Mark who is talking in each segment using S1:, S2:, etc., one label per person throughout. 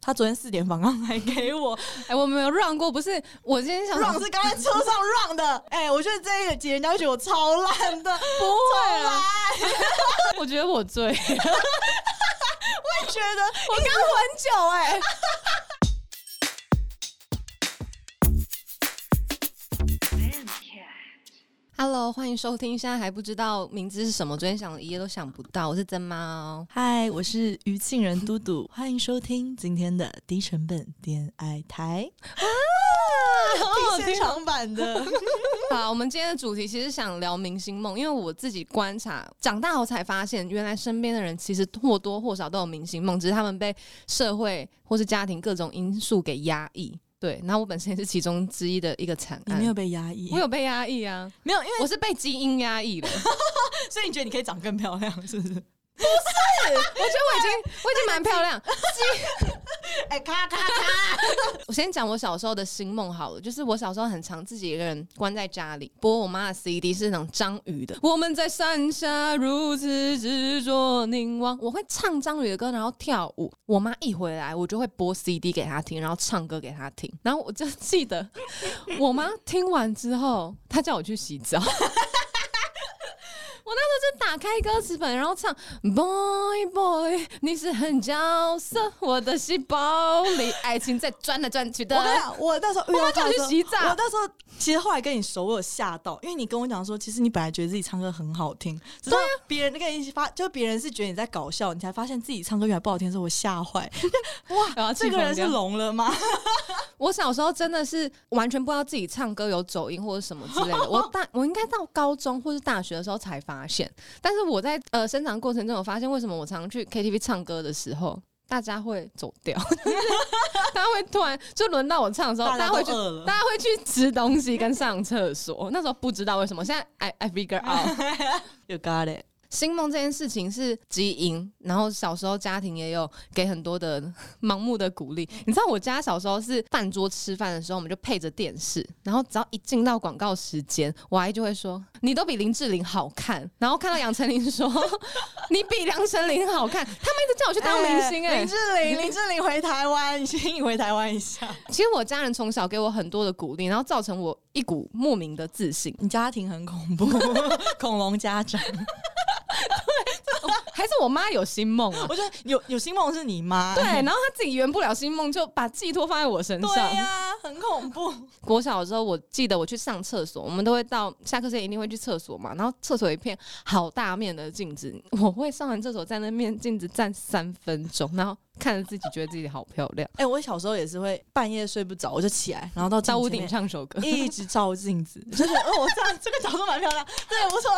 S1: 他昨天四点反刚才给我，
S2: 哎、我没有 run 过，不是我今天想
S1: 让是刚在车上让的，哎、我觉得这一集人家会觉得我超烂的，
S2: 不
S1: 啊
S2: 会啦，我觉得我醉，我
S1: 我觉得
S2: 刚很久哎、Hello，欢迎收听。现在还不知道名字是什么，昨天想了一夜都想不到。我是真猫，
S1: 嗨，我是余庆人嘟嘟，欢迎收听今天的低成本恋爱台，
S2: 好
S1: 听现场版的，
S2: 好，我们今天的主题其实想聊明星梦，因为我自己观察长大后才发现，原来身边的人其实或多或少都有明星梦，只是他们被社会或是家庭各种因素给压抑。对，然后我本身也是其中之一的一个惨
S1: 你
S2: 案。
S1: 没有被压抑，
S2: 我有被压抑啊，
S1: 没有？因为
S2: 我是被基因压抑 的。我觉
S1: 所以你觉得你可以长更漂亮，是不是？
S2: 得我已经我已经蛮漂亮。
S1: 哎、咔咔咔，
S2: 我先讲我小时候的星梦好了，就是我小时候很常自己一个人关在家里播我妈的 CD，是那种张宇的《我们在山下如此执着凝望》，我会唱张宇的歌，然后跳舞。我妈一回来，我就会播 CD 给她听，然后唱歌给她听。然后我就记得，我妈听完之后，她叫我去洗澡。 我那时候就打开歌词本，然后唱 Boy Boy，你是狠角色，我的细胞里爱情在转来转去的
S1: 我。跟你讲，我那时候遇
S2: 我
S1: 到
S2: 妈叫
S1: 他的
S2: 我去
S1: 时候，
S2: 洗澡
S1: 我那时候其实后来跟你熟，我有吓到，因为你跟我讲说，其实你本来觉得自己唱歌很好听，直
S2: 啊
S1: 到别人跟你发，就别人是觉得你在搞笑，你才发现自己唱歌原来不好听的时候，我吓 坏。
S2: 哇
S1: 这个人是聋了 吗？
S2: 我小时候真的是完全不知道自己唱歌有走音或者什么之类的。我大我应该到高中或是大学的时候才发现，但是我在呃生长过程中，我发现为什么我常去 KTV 唱歌的时候，大家会走调， 大家会突然就轮到我唱的时候，大
S1: 大
S2: 家
S1: 家
S2: 会
S1: 都
S2: 去
S1: 饿了
S2: 大家会去吃东西跟上厕所。那时候不知道为什么，现在 I I figure out。
S1: You got it。
S2: 星梦这件事情是基因，然后小时候家庭也有给很多的 盲目的鼓励。你知道我家小时候是饭桌吃饭的时候，我们就配着电视，然后只要一进到广告时间，我阿姨就会说：“你都比林志玲好看。”然后看到杨丞琳说：“你比梁丞琳好看。”他们一直叫我去当明星、哎、
S1: 林志玲， 林志玲回台湾，你请你回台湾一下。
S2: 其实我家人从小给我很多的鼓励，然后造成我一股莫名的自信。
S1: 你家庭很恐怖， 恐龙家长。
S2: 还是我妈有星梦啊？
S1: 我觉得有有星梦是你妈，
S2: 对，啊然后她自己圆不了星梦，就把寄托放在我身上。
S1: 对
S2: 啊
S1: 呀、很恐怖。
S2: 国小的时候，我记得我去上厕所，我们都会到下课时间一定会去厕所嘛。然后厕所有一片好大面的镜子，我会上完厕所在那面镜子站三分钟，然后看着自己，觉得自己好漂 亮，
S1: 哎、我小时候也是会半夜睡不着，我就起来，然后到
S2: 到屋
S1: 镜
S2: 顶
S1: 前面
S2: 唱首歌。
S1: 一直照镜子， 就是哦，我这样这个角度蛮漂亮，这也不错。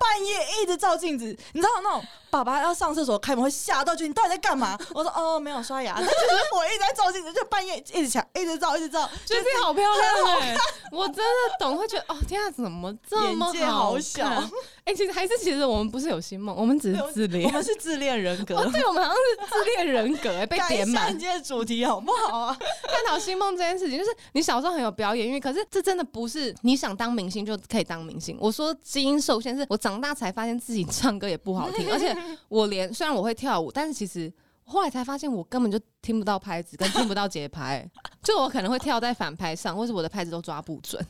S1: 半夜一直照镜子，你知道那种爸爸要上厕所开门会吓到，就你到底在干嘛？我说哦，没有刷牙，但 就是我一直在照镜子，就半夜一直想，一直照，一直照，
S2: 觉得自己好漂亮哎、我真的懂，会觉得哦天啊，怎么这么
S1: 眼界
S2: 好
S1: 好小
S2: 看哎、其实还是其实我们不是有心梦，我们只是自
S1: 我
S2: 恋。
S1: 们是自恋人格。
S2: 哦，对，我们好像是自恋人格、 哎，被
S1: 改
S2: 点
S1: 一下
S2: 满
S1: 你。今天的主题好不好啊？
S2: 探讨星梦这件事情，就是你小时候很有表演欲，可是这真的不是你想当明星就可以当明星。我说基因受限，是我长大才发现自己唱歌也不好 听，而且我连虽然我会跳舞，但是其实。后来才发现，我根本就听不到拍子，跟听不到节拍，就我可能会跳在反拍上，或是我的拍子都抓不准。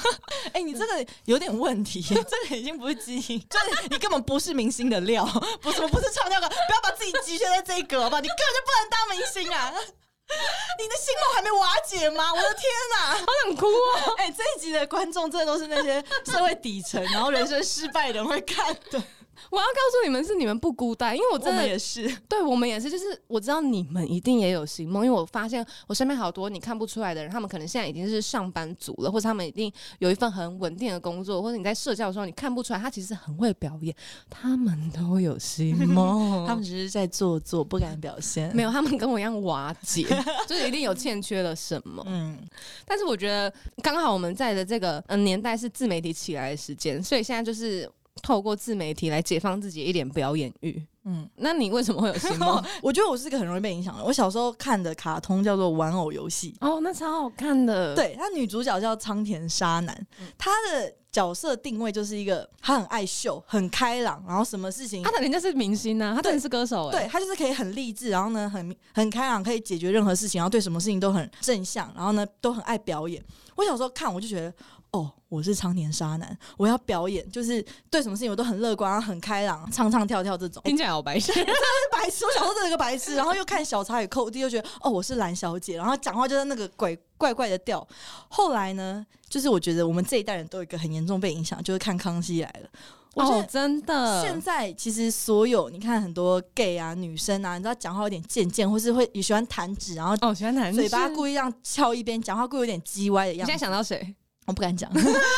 S1: 哎、你这个有点问题，这个已经不是基因，就是你根本不是明星的料，不是不是唱跳歌，不要把自己局限在这一格好吧，你根本就不能当明星啊！你的心梦还没瓦解吗？我的天哪、
S2: 好想哭哦！
S1: 哎、这一集的 观众真的都是那些社会底层，然后人生失败的人会看的。
S2: 我要告诉你们，是你们不孤单，因为我
S1: 我
S2: 真的
S1: 们也是，
S2: 对我们也是，就是我知道你们一定也有星梦，因为我发现我身边好多你看不出来的人，他们可能现在已经是上班族了，或者他们一定有一份很稳定的工作，或者你在社交的时候你看不出来，他其实很会表演，他们都有星梦，
S1: 他们只是在做作，不敢表现。
S2: 没有，他们跟我一样瓦解，就是一定有欠缺了什么。
S1: 嗯，
S2: 但是我觉得刚好我们在的这个嗯、呃年代是自媒体起来的时间，所以现在就是透过自媒体来解放自己一点表演欲。嗯
S1: 嗯，
S2: 那你为什么会有星梦
S1: 哦？，我觉得我是一个很容易被影响的人。我小时候看的卡通叫做《玩偶游戏》，
S2: 哦，那超好看的。
S1: 对，她女主角叫仓田沙男，她的。角色定位就是一个他很爱秀、很开朗，然后什么事情
S2: 他的人家是明星呐、啊，他真的是歌手哎、
S1: 对他就是可以很励志，然后呢很很开朗，可以解决任何事情，然后对什么事情都很正向，然后呢都很爱表演。我小时候看我就觉得，哦，我是常年沙男，我要表演，就是对什么事情我都很乐观，然后很开朗，唱唱跳跳这种。
S2: 听起来好 白痴。
S1: 白痴，我小时候真的是个白痴，然后又看小茶与寇弟，又觉得哦，我是蓝小姐，然后讲话就是那个鬼怪怪的调。后来呢，就是我觉得我们这一代人都有一个很严重被影响，就是看《康熙来了》。我觉
S2: 哦，
S1: 得
S2: 真的，
S1: 现在其实所有你看很多 gay 啊、女生啊，你知道讲话有点贱贱，或是会也喜欢弹指，然后
S2: 哦，喜欢男
S1: 嘴巴
S2: 意。
S1: 故意让翘一边，讲话故意有点叽歪的
S2: 你
S1: 样
S2: 现
S1: 子
S2: 在。想到谁？
S1: 我不敢讲，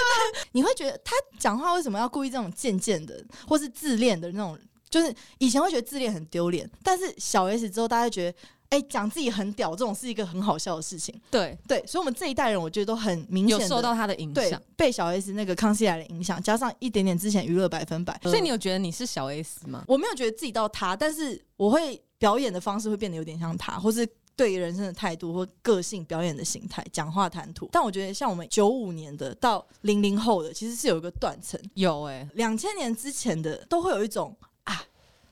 S1: 你会觉得他讲话为什么要故意这种贱贱的，或是自恋的那种？就是以前会觉得自恋很丢脸，但是小 S 之后，大家觉得，哎、讲自己很屌，这种是一个很好笑的事情。
S2: 对，
S1: 对，所以我们这一代人，我觉得都很明显
S2: 有
S1: 地
S2: 受到他的影
S1: 对
S2: 响。呃
S1: 被小 S 那个康熙来的影响，加上一点点之前娱乐百分百，
S2: 所以你有觉得你是小 S 吗？
S1: 我没有觉得自己到他，但是我会表演的方式会变得有点像他，或是对人生的态度或个性、表演的形态、讲话谈吐。但我觉得像我们九五年的到零零后的，其实是有一个断层，
S2: 有哎、
S1: 两千年之前的都会有一种啊。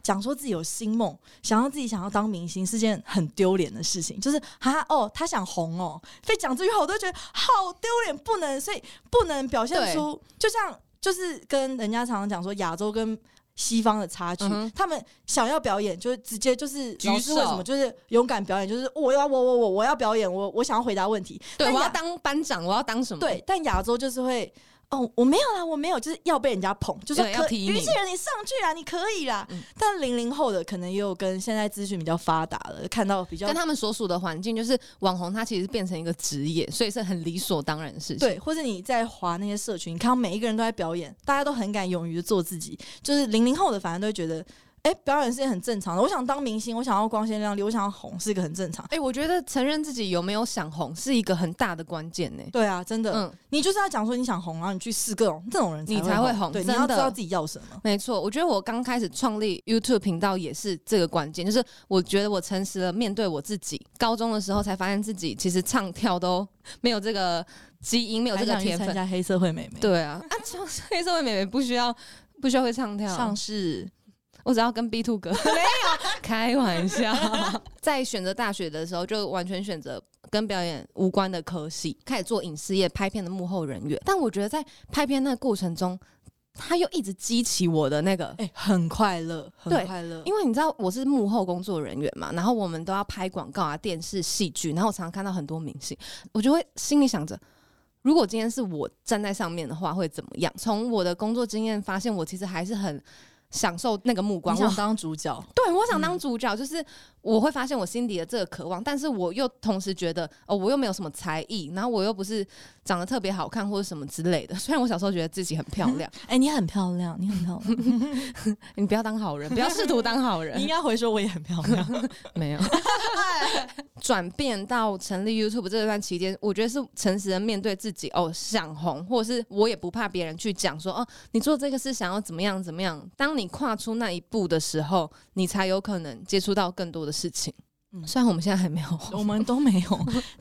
S1: 讲说自己有新梦，想要自己想要当明星是件很丢脸的事情，就是啊哦，他想红哦，被讲这句话我都觉得好丢脸，不能，所以不能表现出，就像就是跟人家常常讲说亚洲跟西方的差距，
S2: 嗯哼
S1: 他们想要表演就是直接就是
S2: 举
S1: 老师为
S2: 手
S1: 什么就是勇敢表演，就是我要我我我我要表演，我我想要回答问题，
S2: 对
S1: 但
S2: 我
S1: 亚
S2: 要当班长，我要当什么？
S1: 哎对，但亚洲就是会。哦，我没有啦，我没有，就是要被人家捧，就是
S2: 对
S1: 可
S2: 要提
S1: 于
S2: 名
S1: 是人你上去啦，你可以啦。
S2: 嗯
S1: 但零零后的可能也有跟现在资讯比较发达了，看到比较
S2: 跟他们所属的环境，就是网红，他其实变成一个职业，所以是很理所当然的事情。，
S1: 对，或者你在划那些社群，你看到每一个人都在表演，大家都很敢勇于做自己。就是零零后的，反而都会觉得，哎、表演是很正常的。我想当明星，我想要光鲜亮丽，我想要红，是一个很正常。
S2: 哎、我觉得承认自己有没有想红是一个很大的关键呢、
S1: 对啊，真的，
S2: 嗯，
S1: 你就是要讲说你想红，然后你去试各种这种人
S2: 你才会红
S1: 对，你
S2: 真
S1: 要知
S2: 的
S1: 道自己要什么。
S2: 没错，我觉得我刚开始创立 YouTube 频道也是这个关键，就是我觉得我诚实的面对我自己。高中的时候才发现自己其实唱跳都没有这个基因，没有这
S1: 还
S2: 个
S1: 想去
S2: 天
S1: 参
S2: 分。
S1: 加黑社会妹妹，
S2: 对啊，啊，唱黑社会妹妹不需要不需要会唱跳啊，
S1: 上市。
S2: 我只要跟 B Two 哥没有开玩笑， 在选择大学的时候就完全选择跟表演无关的科系，开始做影视业拍片的幕后人员。但我觉得在拍片那个过程中，他又一直激起我的那个。
S1: 哎、很快乐，很
S2: 对
S1: 快乐。
S2: 因为你知道我是幕后工作人员嘛，然后我们都要拍广告啊、电视、戏剧，然后我常常看到很多明星，我就会心里想着，如果今天是我站在上面的话，会怎么样？从我的工作经验发现，我其实还是很享受那个目光，
S1: 你
S2: 我
S1: 想当主角，
S2: 对，我想当主角，就是我会发现我心底的这个渴望，但是我又同时觉得，哦，我又没有什么才艺，然后我又不是长得特别好看或者什么之类的。虽然我小时候觉得自己很漂亮，
S1: 哎、你很漂亮，你很漂 亮，
S2: 你不要当好人，不要试图当好人，
S1: 该回说我也很漂亮。
S2: 没有。 转变到成立 YouTube 这段期间，我觉得是诚实的面对自己，哦，想红，或者是我也不怕别人去讲说，哦，你做这个是想要怎么样怎么样。当你跨出那一步的时候，你才有可能接触到更多的事情。
S1: 嗯
S2: 虽然我们现在还没有红，
S1: 我们都没有，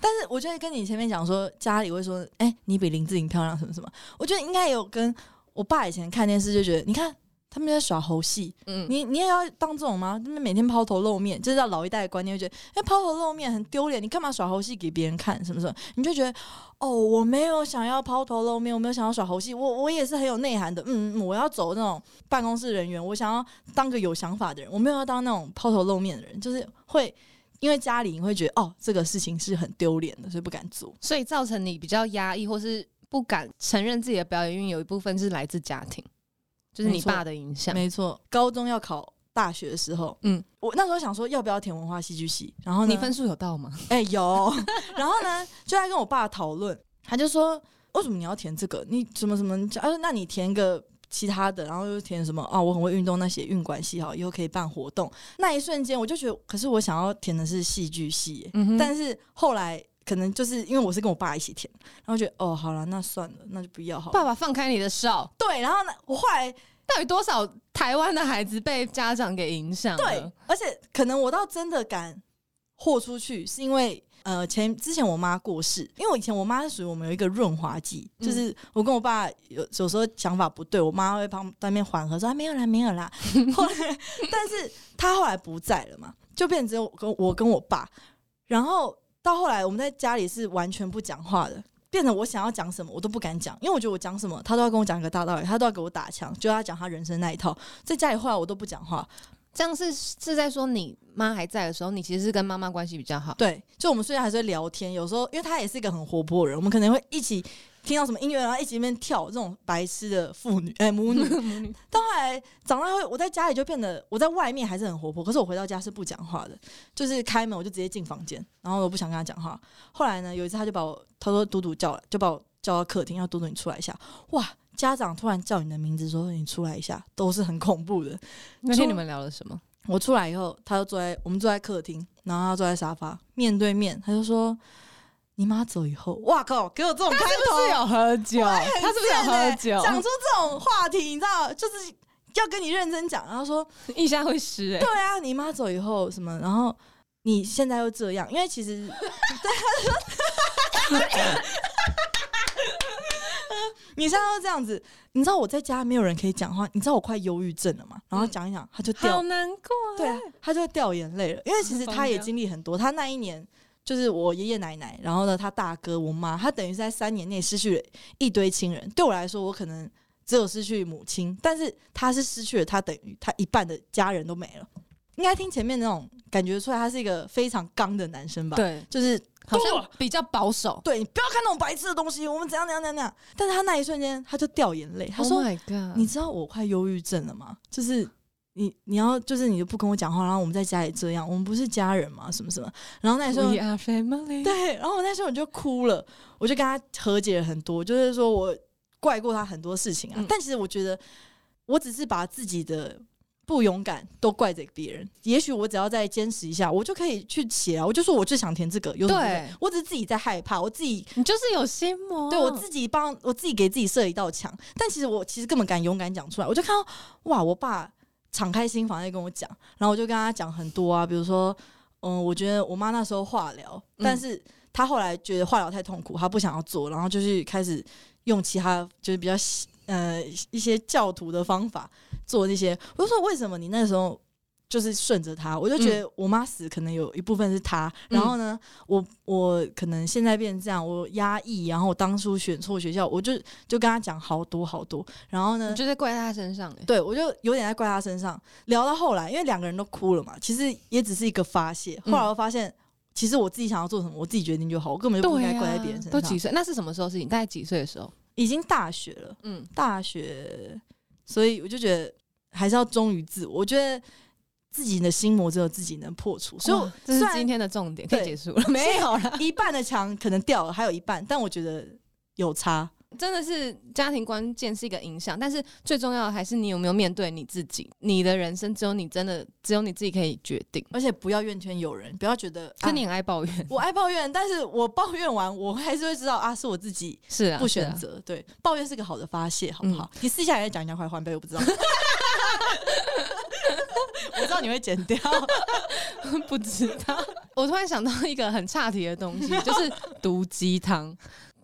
S1: 但是我觉得跟你前面讲说，家里会说，哎、你比林志颖漂亮什么什么，我觉得应该有跟我爸以前看电视就觉得，你看他们在耍猴戏，
S2: 嗯，
S1: 你你也要当这种吗？他们每天抛头露面，就是到老一代的观念，会觉得哎、抛头露面很丢脸，你干嘛耍猴戏给别人看？什么什么？你就觉得哦，我没有想要抛头露面，我没有想要耍猴戏，我我也是很有内涵的，嗯，嗯我要走那种办公室人员，我想要当个有想法的人，我没有要当那种抛头露面的人，就是会。因为家里你会觉得哦，这个事情是很丢脸的，所以不敢做。
S2: 所以造成你比较压抑，或是不敢承认自己的表演运，有一部分是来自家庭，就是你
S1: 没错
S2: 爸的影响。
S1: 没错，高中要考大学的时候，
S2: 嗯
S1: 嗯，我那时候想说要不要填文化戏剧系，然后呢，
S2: 你分数有到吗？
S1: 哎、有， 然后呢，就在跟我爸讨论，他就说为什么你要填这个？你什么什么？他说那你填一个其他的，然后又填什么啊？我很会运动，那写运管系好，以后可以办活动。那一瞬间我就觉得，可是我想要填的是戏剧系耶、
S2: 嗯哼，
S1: 但是后来可能就是因为我是跟我爸一起填，然后觉得哦，好了，那算了，那就不要好了。
S2: 爸爸放开你的手，
S1: 对，然后呢，我后来
S2: 到底多少台湾的孩子被家长给影响？
S1: 对，，而且可能我到真的敢豁出去，是因为呃前之前我妈过世，因为我以前我妈是属于我们有一个润滑剂，
S2: 嗯
S1: 就是我跟我爸有有时候想法不对，我妈会帮当面缓和说、啊、没有啦没有啦，后来但是她后来不在了嘛，就变成只有我跟我跟我爸，然后到后来我们在家里是完全不讲话的。变成我想要讲什么，我都不敢讲，因为我觉得我讲什么，他都要跟我讲一个大道理，他都要给我打枪，就要讲他人生那一套。在家里后来我都不讲话，
S2: 这样是是在说你妈还在的时候，你其实是跟妈妈关系比较好。
S1: 对，就我们虽然还是会聊天，有时候因为他也是一个很活泼的人，我们可能会一起听到什么音乐，然后一起在那边跳这种白痴的妇女 哎、母女。到后来长大后，我在家里就变得我在外面还是很活泼，可是我回到家是不讲话的，就是开门我就直接进房间，然后我不想跟他讲话。后来呢，有一次他就把我他说嘟嘟叫了，就把我叫到客厅，要嘟嘟你出来一下。哇，家长突然叫你的名字说你出来一下，都是很恐怖的。
S2: 那天你们聊了什么？
S1: 我出来以后，他就坐在我们坐在客厅，然后他坐在沙发面对面，他就说：“你妈走以后，哇靠，给我这种开头，
S2: 有喝酒？他
S1: 贱欸讲出这种话题，你知道，就是要跟你认真讲。”然后说
S2: 一下会湿哎、：“
S1: 对啊，你妈走以后什么，然后你现在又这样，因为其实对他说。”你现在要这样子，你知道我在家没有人可以讲话，你知道我快忧郁症了嘛？然后讲一讲，他就掉
S2: 好难过、啊。
S1: 对啊，他就会掉眼泪了，因为其实他也
S2: 疯掉
S1: 经历很多。他那一年就是我爷爷奶奶，然后呢，他大哥、我妈，他等于是在三年内失去了一堆亲人。对我来说，我可能只有失去母亲，但是他是失去了他等于他一半的家人都没了。应该听前面那种感觉出来，他是一个非常刚的男生吧？，
S2: 啊对，
S1: 就是
S2: 好像比较保守。
S1: 对你不要看那种白痴的东西，我们怎样怎样怎样怎样。但是他那一瞬间他就掉眼泪，他说
S2: Oh my God，
S1: 你知道我快忧郁症了吗？就是你你要就是你就不跟我讲话，然后我们在家里这样，我们不是家人嘛，什么什么。然后那时候
S2: We are family。
S1: 对，然后我那时候我就哭了，我就跟他和解了很多，就是说我怪过他很多事情啊，
S2: 嗯
S1: 但其实我觉得我只是把自己的。不勇敢都怪给别人，也许我只要再坚持一下，我就可以去写啊！我就说我就想填这个，有什么不
S2: 对
S1: 我只是自己在害怕，我自己
S2: 你就是有心魔。啊
S1: 对我自己帮我自己给自己设一道墙，但其实我其实根本敢勇敢讲出来，我就看到哇，我爸敞开心房在跟我讲，然后我就跟他讲很多啊，比如说，嗯，我觉得我妈那时候化疗，
S2: 嗯
S1: 但是她后来觉得化疗太痛苦，她不想要做，然后就是开始用其他就是比较呃一些教徒的方法做那些，我就说为什么你那时候。就是顺着她，我就觉得我妈死可能有一部分是她，然
S2: 嗯
S1: 后呢，我我可能现在变成这样，我压抑，然后我当初选错学校，我就就跟他讲好多好多，然后呢
S2: 你，就在怪他身上、欸。
S1: 对我就有点在怪他身上。聊到后来，因为两个人都哭了嘛，其实也只是一个发泄。后
S2: 嗯
S1: 来我发现，其实我自己想要做什么，我自己决定就好，我根本就不应该怪在别人身
S2: 啊都
S1: 上。
S2: 几岁？那是什么时候的事情？大概几岁的时候？
S1: 已经大学了，
S2: 嗯，
S1: 大学，所以我就觉得还是要忠于自我。我觉得自己的心魔只有自己能破除，所以我
S2: 哇这
S1: 虽
S2: 是
S1: 然
S2: 今天的重点，可以
S1: 对
S2: 结束了。没有啦，
S1: 一半的墙可能掉了，还有一半，但我觉得有差。
S2: 真的是家庭关键是一个影响，但是最重要的还是你有没有面对你自己。你的人生只有你真的只有你自己可以决定。
S1: 而且不要怨天尤人，不要觉得
S2: 可
S1: 啊
S2: 你很爱抱怨，
S1: 我爱抱怨，但是我抱怨完，我还是会知道啊，是我自己
S2: 是啊，
S1: 不
S2: 是啊
S1: 选择。对，嗯抱怨是个好的发泄，好不好？你私下来讲人家坏话呗，我不知道。 我知道你会剪掉，
S2: 不知道。我突然想到一个很差题的东西，就是毒鸡汤。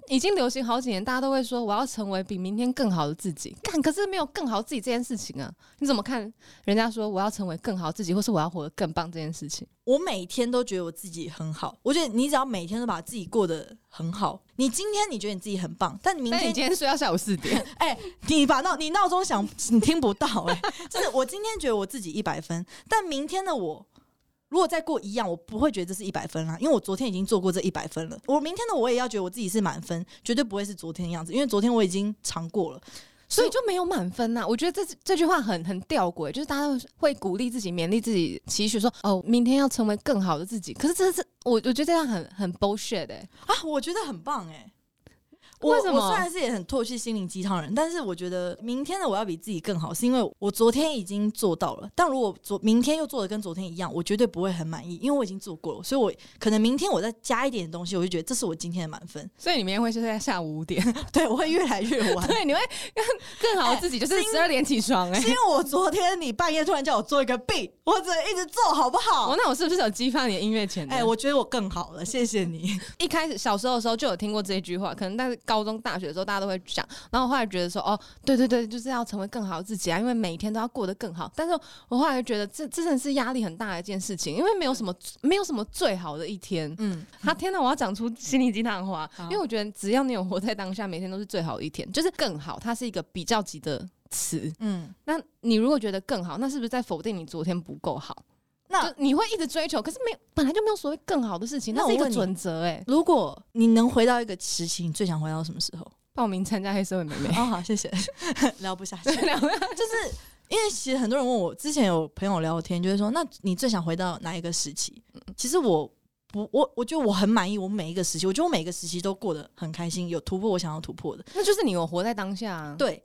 S2: 已经流行好几年，大家都会说我要成为比明天更好的自己。干，可是没有更好自己这件事情啊！你怎么看人家说我要成为更好自己，或是我要活得更棒这件事情？
S1: 我每天都觉得我自己很好。我觉得你只要每天都把自己过得很好，你今天你觉得你自己很棒，但你明
S2: 那你
S1: 天
S2: 今天睡到下午四点，
S1: 哎、你把闹你闹钟响，你听不到哎、就是我今天觉得我自己一百分，但明天的我如果再过一样，我不会觉得这是一百分啦，因为我昨天已经做过这一百分了。我明天的我也要觉得我自己是满分，绝对不会是昨天的样子，因为昨天我已经尝过了。
S2: 所以就没有满分呐、我觉得这这句话很很吊诡，就是大家会鼓励自己、勉励自己、期许说哦，明天要成为更好的自己。可是这是我我觉得这样很很 bullshit 哎、
S1: 啊，我觉得很棒哎、我
S2: 为什么
S1: 我虽然是也很唾弃心灵鸡汤人，但是我觉得明天的我要比自己更好，是因为我昨天已经做到了。但如果昨明天又做的跟昨天一样，我绝对不会很满意，因为我已经做过了。所以我可能明天我再加一点东西，我就觉得这是我今天的满分。
S2: 所以你明天会是在下午五点，
S1: 对我会越来越晚。
S2: 对，你会 更更好自己，就是十二点起床哎、
S1: 是因为我昨天你半夜突然叫我做一个 B，我只能一直做好不好
S2: 哦，？那我是不是有激发你的音乐潜能？
S1: 哎、我觉得我更好了，谢谢你。
S2: 一开始小时候的时候就有听过这一句话，可能但是高中、大学的时候大家都会讲，然后我后来觉得说，哦，对对对，就是要成为更好的自己啊，因为每一天都要过得更好。但是我后来觉得这这真的是压力很大的一件事情，因为没有什么没有什么最好的一天。
S1: 嗯，
S2: 他、天哪，我要讲出心灵鸡汤的话，
S1: 好
S2: 因为我觉得只要你有活在当下，每天都是最好的一天，就是更好，它是一个比较级的词。
S1: 嗯，
S2: 那你如果觉得更好，那是不是在否定你昨天不够好？
S1: 那
S2: 就你会一直追求，可是没有本来就没有所谓更好的事情，
S1: 啊那
S2: 那
S1: 我
S2: 是一个
S1: 问你
S2: 准则哎、
S1: 如果你能回到一个时期，你最想回到什么时候？
S2: 报名参加黑社会 妹妹。
S1: 哦，好，谢谢， 聊不下去。
S2: 两位
S1: 就是因为其实很多人问我，之前有朋友聊天，就会说，那你最想回到哪一个时期？其实我不，我我觉得我很满意我每一个时期，我觉得我每一个时期都过得很开心，有突破我想要突破的，
S2: 那就是你有活在当下、啊。，
S1: 对。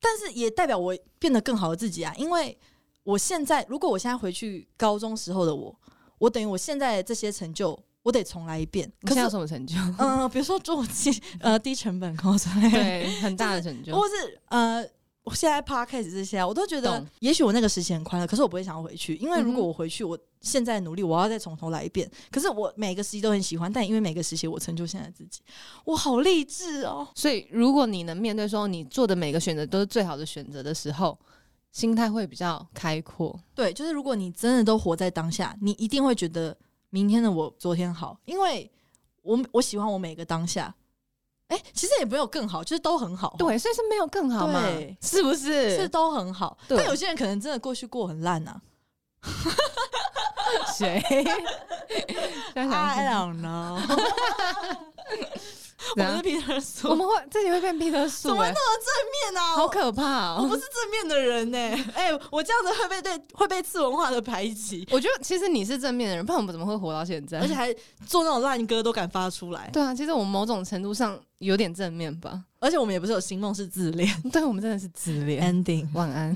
S1: 但是也代表我变得更好的自己啊，因为我现在如果我现在回去高中时候的我，我等于我现在的这些成就，我得重来一遍。
S2: 你
S1: 可是
S2: 现在有，什么成就？
S1: 嗯、比如说做低呃低成本工作，
S2: 对，很大的成就。
S1: 或是呃，我现在 podcast 这些啊，我都觉得
S2: 懂，
S1: 也许我那个时期很快乐，可是我不会想要回去，因为如
S2: 嗯
S1: 果
S2: 哼
S1: 我回去，我现在努力，我要再从头来一遍。可是我每个时期都很喜欢，但因为每个时期我成就现在自己，我好励志哦。
S2: 所以，如果你能面对说你做的每个选择都是最好的选择的时候，心态会比较开阔。
S1: 对，就是如果你真的都活在当下，你一定会觉得明天的我昨天好，因为我我喜欢我每个当下。哎、其实也没有更好，就是都很好，，
S2: 对，所以是没有更好嘛
S1: 对？
S2: 是不是？
S1: 是都很好。
S2: 对
S1: 但有些人可能真的过去过很烂啊呐、
S2: 谁？ 啊哎想
S1: I don't
S2: 想
S1: know，我们是彼得说
S2: 我，们会自己会变彼得树、
S1: 怎么
S2: 欸，
S1: 面啊，
S2: 好可怕
S1: 我
S2: 哦、
S1: 不是正面的人呢、哎、我这样子会被对会被次文化的排挤，
S2: 我觉得其实你是正面的人，不然我们怎么会活到现在？
S1: 而且还做那种烂歌都敢发出来，
S2: 对啊，其实我们某种程度上有点正面吧。
S1: 而且我们也不是有星梦是自恋
S2: 对，我们真的是自恋。
S1: ending。
S2: 晚安。